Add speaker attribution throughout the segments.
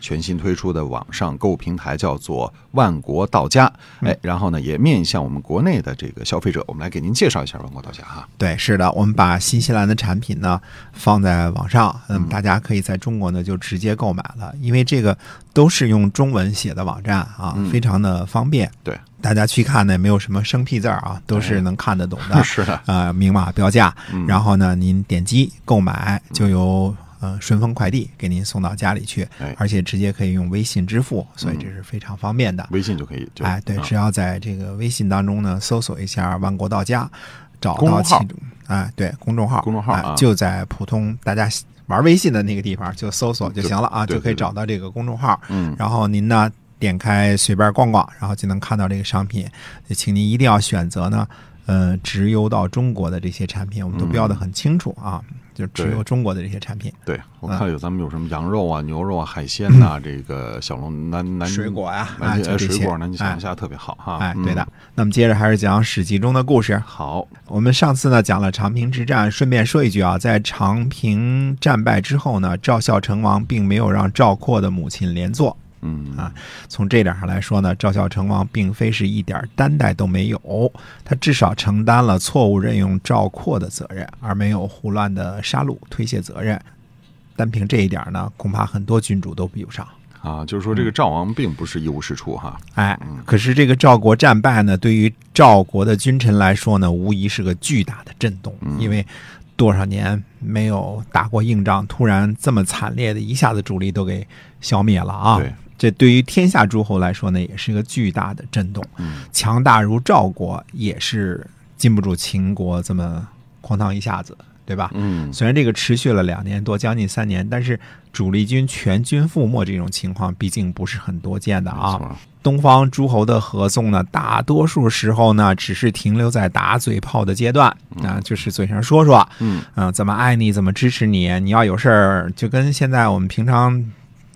Speaker 1: 全新推出的网上购物平台，叫做万国到家。哎，然后呢，也面向我们国内的这个消费者，我们来给您介绍一下万国到家哈。
Speaker 2: 对，是的，我们把新西兰的产品呢放在网上，嗯，大家可以在中国呢就直接购买了，因为这个都是用中文写的网站啊，
Speaker 1: 嗯
Speaker 2: 非常的方便。
Speaker 1: 对，
Speaker 2: 大家去看呢，没有什么生僻字儿啊，都是能看得懂的。
Speaker 1: 啊是的，
Speaker 2: 呃，明码标价，
Speaker 1: 嗯
Speaker 2: 然后呢，您点击购买就由。呃，顺丰快递给您送到家里去
Speaker 1: 哎，嗯
Speaker 2: 而且直接可以用微信支付，所以这是非常方便的。
Speaker 1: 微信就可以。就
Speaker 2: 哎，对，
Speaker 1: 啊
Speaker 2: 只要在这个微信当中呢，搜索一下“万国到家”，找
Speaker 1: 公
Speaker 2: 到
Speaker 1: 众
Speaker 2: 其
Speaker 1: 号
Speaker 2: 中，哎，对，公众号，
Speaker 1: 公众号啊
Speaker 2: 哎就在普通大家玩微信的那个地方就搜索就行了啊，
Speaker 1: 对
Speaker 2: 就可以
Speaker 1: 对对
Speaker 2: 找到这个公众号。
Speaker 1: 嗯，
Speaker 2: 然后您呢点开随便逛逛，然后就能看到这个商品，请您一定要选择呢，呃，直邮到中国的这些产品，我们都标的很清楚啊，就直邮
Speaker 1: 嗯对
Speaker 2: 中国的这些产品，
Speaker 1: 对我
Speaker 2: 嗯
Speaker 1: 看有咱们有什么羊肉啊、牛肉啊、海鲜呐、这个小龙南南
Speaker 2: 水果呀、啊，
Speaker 1: 南
Speaker 2: 就
Speaker 1: 京
Speaker 2: 这
Speaker 1: 水
Speaker 2: 些
Speaker 1: 果，南京小
Speaker 2: 哎
Speaker 1: 龙虾特别好哈。
Speaker 2: 哎，对的
Speaker 1: 嗯。。
Speaker 2: 那么接着还是讲《史记》中的故事。
Speaker 1: 好，
Speaker 2: 我们上次呢讲了长平之战，顺便说一句啊，在长平战败之后呢，赵孝成王并没有让赵括的母亲连坐。
Speaker 1: 嗯
Speaker 2: 啊从这点上来说呢，赵孝成王并非是一点担待都没有，他至少承担了错误任用赵括的责任，而没有胡乱的杀戮推卸责任。单凭这一点呢，恐怕很多君主都比不上。
Speaker 1: 啊，就是说这个
Speaker 2: 嗯
Speaker 1: 赵王并不是一无是处哈。
Speaker 2: 哎
Speaker 1: 嗯，
Speaker 2: 可是这个赵国战败呢，对于赵国的君臣来说呢，无疑是个巨大的震动，
Speaker 1: 嗯
Speaker 2: 因为多少年没有打过硬仗，突然这么惨烈的一下子主力都给消灭了啊！
Speaker 1: 对，
Speaker 2: 这对于天下诸侯来说呢，也是个巨大的震动。
Speaker 1: 嗯
Speaker 2: 强大如赵国，也是禁不住秦国这么哐当一下子，对吧？
Speaker 1: 嗯，
Speaker 2: 虽然这个持续了两年多，将近三年，但是主力军全军覆没这种情况，毕竟不是很多见的啊。
Speaker 1: 没错，
Speaker 2: 东方诸侯的合纵呢，大多数时候呢，只是停留在打嘴炮的阶段啊、就是嘴上说说，
Speaker 1: 嗯
Speaker 2: 嗯、怎么爱你，怎么支持你，你要有事儿，就跟现在我们平常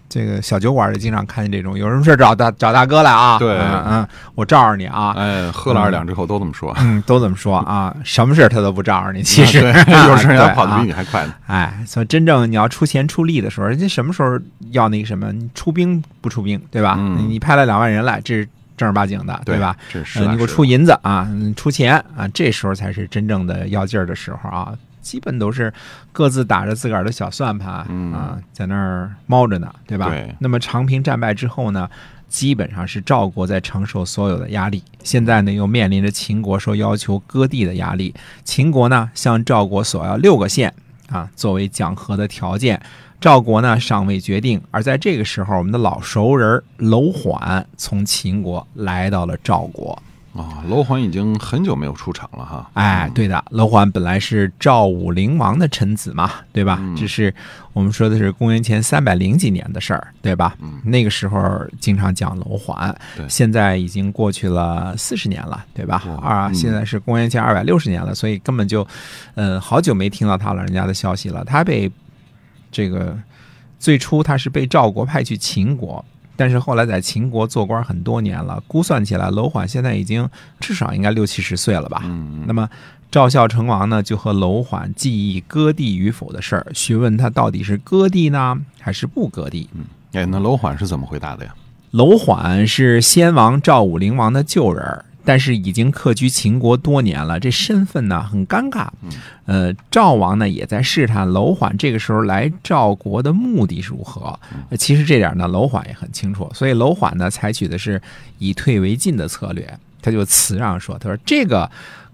Speaker 2: 这个小酒馆里经常看见这种，有什么事儿找大找大哥来啊，
Speaker 1: 对
Speaker 2: 嗯嗯，我罩着你啊，
Speaker 1: 哎，喝了二两之后都这么说。
Speaker 2: 嗯， 都这么说啊，什么事儿他都不罩着你，其实
Speaker 1: 啊对 有时候
Speaker 2: 对
Speaker 1: 人家跑得
Speaker 2: 啊
Speaker 1: 比你还快呢。
Speaker 2: 哎，所以真正你要出钱出力的时候，人家什么时候要那个什么？你出兵不出兵，对吧？
Speaker 1: 嗯
Speaker 2: 你派了两万人来，这是正儿八经的，
Speaker 1: 对
Speaker 2: 吧？？
Speaker 1: 这是
Speaker 2: 呃你给我
Speaker 1: 是
Speaker 2: 出银子啊，嗯出钱啊，这时候才是真正的要劲儿的时候啊！基本都是各自打着自个儿的小算盘、
Speaker 1: 嗯
Speaker 2: 啊，在那儿猫着呢，对吧？
Speaker 1: 对
Speaker 2: 那么长平战败之后呢，基本上是赵国在承受所有的压力，现在呢又面临着秦国说要求割地的压力。秦国呢向赵国索要六个县啊，作为讲和的条件。赵国呢尚未决定，而在这个时候，我们的老熟人儿楼缓从秦国来到了赵国。
Speaker 1: 啊，楼环已经很久没有出场了哈。
Speaker 2: 哎，对的，楼缓本来是赵武灵王的臣子嘛，对吧？
Speaker 1: 嗯
Speaker 2: 这是我们说的是公元前三百零几年的事儿，对吧？
Speaker 1: 嗯
Speaker 2: 那个时候经常讲楼缓，
Speaker 1: 对
Speaker 2: 现在已经过去了四十年了，对吧？
Speaker 1: 哇
Speaker 2: 啊，
Speaker 1: 嗯
Speaker 2: 现在是公元前二百六十年了，所以根本就，呃，好久没听到他老人家的消息了。他被这个最初他是被赵国派去秦国。但是后来在秦国做官很多年了，估算起来，楼缓现在已经至少应该六七十岁了吧？
Speaker 1: 嗯，
Speaker 2: 那么赵孝成王呢，就和楼缓记忆割地与否的事儿，询问他到底是割地呢，还是不割地。
Speaker 1: 哎，那楼缓是怎么回答的呀？
Speaker 2: 楼缓是先王赵武灵王的旧人儿，但是已经客居秦国多年了，这身份呢很尴尬。呃，赵王呢也在试探楼缓这个时候来赵国的目的如何。呃其实这点呢，楼缓也很清楚，所以楼缓呢采取的是以退为进的策略，他就辞让说：“他说这个。”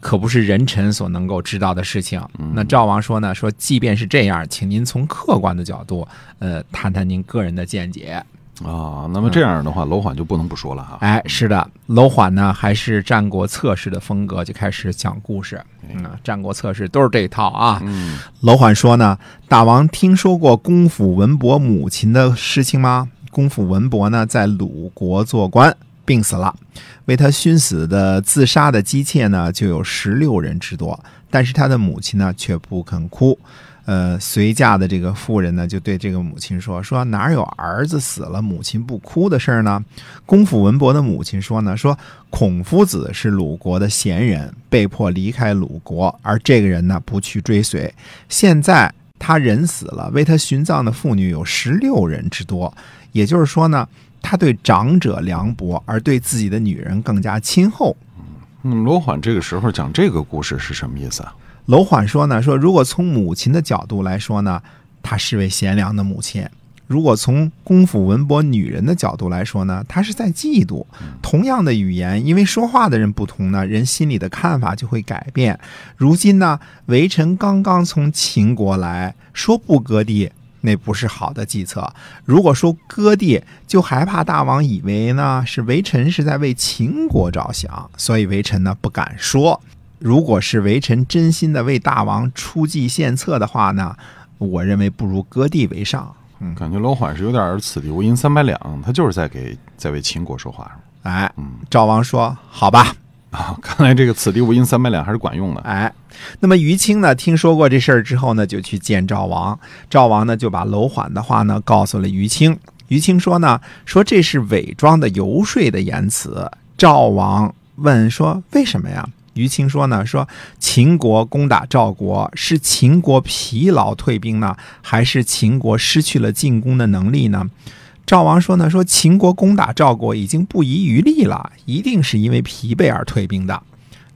Speaker 2: 可不是人臣所能够知道的事情。那赵王说呢，说即便是这样，请您从客观的角度，呃，谈谈您个人的见解。
Speaker 1: 啊，那么这样的话，楼缓就不能不说了哈。
Speaker 2: 嗯哎，是的，楼缓呢还是战国策士的风格，就开始讲故事。嗯，战国策士都是这一套啊。
Speaker 1: 嗯，
Speaker 2: 楼缓说呢，大王听说过公府文伯母亲的事情吗？公府文伯呢在鲁国做官，病死了。为他熏死的自杀的姬妾呢，就有十六人之多，但是他的母亲呢却不肯哭。呃，随嫁的这个妇人呢，就对这个母亲说：“说哪有儿子死了母亲不哭的事儿呢？”公府文伯的母亲说呢：“说孔夫子是鲁国的贤人，被迫离开鲁国，而这个人呢不去追随。现在他人死了，为他殉葬的妇女有十六人之多。也就是说呢，他对长者凉薄，而对自己的女人更加亲厚。
Speaker 1: 那么罗缓这个时候讲这个故事是什么意思啊？
Speaker 2: 楼缓说呢，说如果从母亲的角度来说呢，她是位贤良的母亲；如果从功夫文博女人的角度来说呢，她是在嫉妒。同样的语言，因为说话的人不同呢，人心里的看法就会改变。如今呢，微臣刚刚从秦国来，说不割地。那不是好的计策。如果说割地，就害怕大王以为呢是微臣是在为秦国着想，所以微臣呢不敢说。如果是微臣真心的为大王出计献策的话呢，我认为不如割地为上。嗯，
Speaker 1: 感觉罗缓是有点儿此地无银三百两，他就是在给在为秦国说话是吗
Speaker 2: 哎
Speaker 1: 嗯，
Speaker 2: 赵王说：“好吧。
Speaker 1: 啊，看来这个此地无银三百两还是管用”的。
Speaker 2: 哎，那么于青呢，听说过这事儿之后呢，就去见赵王。赵王呢，就把楼缓的话呢，告诉了于青。于青说呢，说这是伪装的游说的言辞。赵王问说：“为什么呀？”于青说呢，说秦国攻打赵国，是秦国疲劳退兵呢，还是秦国失去了进攻的能力呢？赵王说呢，说秦国攻打赵国已经不遗余力了，一定是因为疲惫而退兵的。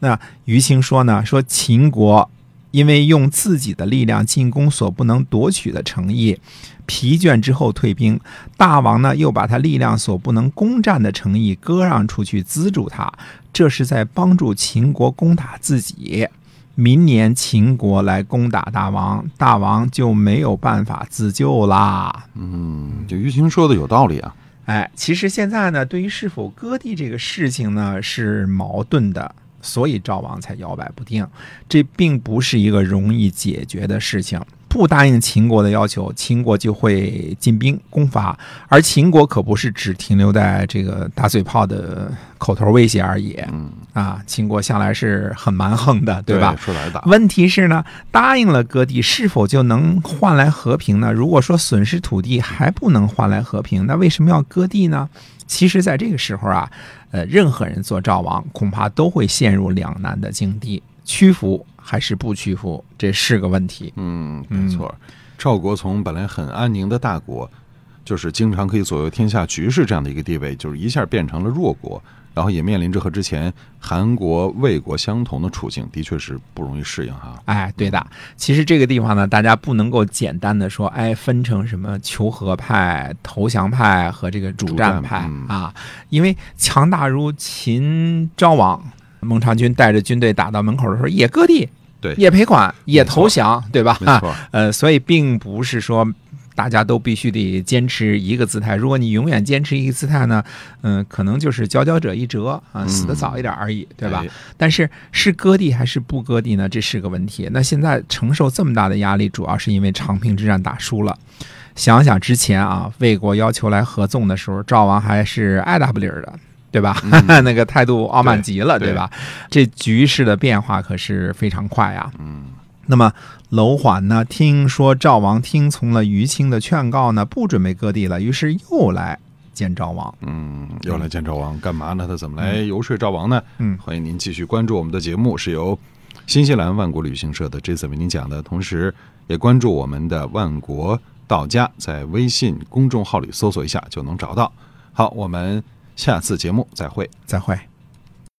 Speaker 2: 那于青说呢，说秦国因为用自己的力量进攻所不能夺取的城邑，疲倦之后退兵。大王呢又把他力量所不能攻占的城邑割让出去资助他，这是在帮助秦国攻打自己。明年秦国来攻打大王，大王就没有办法自救啦。
Speaker 1: 嗯，就于青说的有道理啊。
Speaker 2: 哎，其实现在呢，对于是否割地这个事情呢，是矛盾的，所以赵王才摇摆不定。这并不是一个容易解决的事情。不答应秦国的要求，秦国就会进兵攻伐，而秦国可不是只停留在这个打嘴炮的口头威胁而已
Speaker 1: 嗯，
Speaker 2: 啊！秦国向来是很蛮横的，对吧？
Speaker 1: 说打就打。
Speaker 2: 问题是呢，答应了割地，是否就能换来和平呢？如果说损失土地还不能换来和平，那为什么要割地呢？其实，在这个时候啊，呃，任何人做赵王，恐怕都会陷入两难的境地：屈服还是不屈服，这是个问题。
Speaker 1: 嗯，没错。赵国从本来很安宁的大国，就是经常可以左右天下局势这样的一个地位，就是一下变成了弱国，然后也面临着和之前韩国、魏国相同的处境，的确是不容易适应哈。
Speaker 2: 哎，对的。其实这个地方呢，大家不能够简单的说，哎，分成什么求和派、投降派和这个主战派
Speaker 1: 主战嗯
Speaker 2: 啊，因为强大如秦昭王，孟尝君带着军队打到门口的时候，也割地，
Speaker 1: 对
Speaker 2: 也赔款，也
Speaker 1: 没错
Speaker 2: 投降，对吧？
Speaker 1: 没
Speaker 2: 啊
Speaker 1: 错，
Speaker 2: 呃，所以并不是说大家都必须得坚持一个姿态。如果你永远坚持一个姿态呢，嗯、可能就是佼佼者一轍啊，
Speaker 1: 嗯
Speaker 2: 死得早一点而已，对吧
Speaker 1: 哎？
Speaker 2: 但是是割地还是不割地呢？这是个问题。那现在承受这么大的压力，主要是因为长平之战打输了。想想之前啊，魏国要求来合纵的时候，赵王还是爱答不理儿的。 对吧？那个态度傲慢极了，
Speaker 1: 对
Speaker 2: 对吧？这局势的变化可是非常快呀、
Speaker 1: 嗯，
Speaker 2: 那么楼缓呢，听说赵王听从了于青的劝告呢，不准备割地了，于是又来见赵王。
Speaker 1: 嗯，又来见赵王干嘛呢？他怎么来游说赵王呢？
Speaker 2: 嗯
Speaker 1: 欢迎您继续关注我们的节目，是由新西兰万国旅行社的 Jason 为您讲的，同时也关注我们的万国到家，在微信公众号里搜索一下就能找到。好，我们下次节目再会。
Speaker 2: 再会。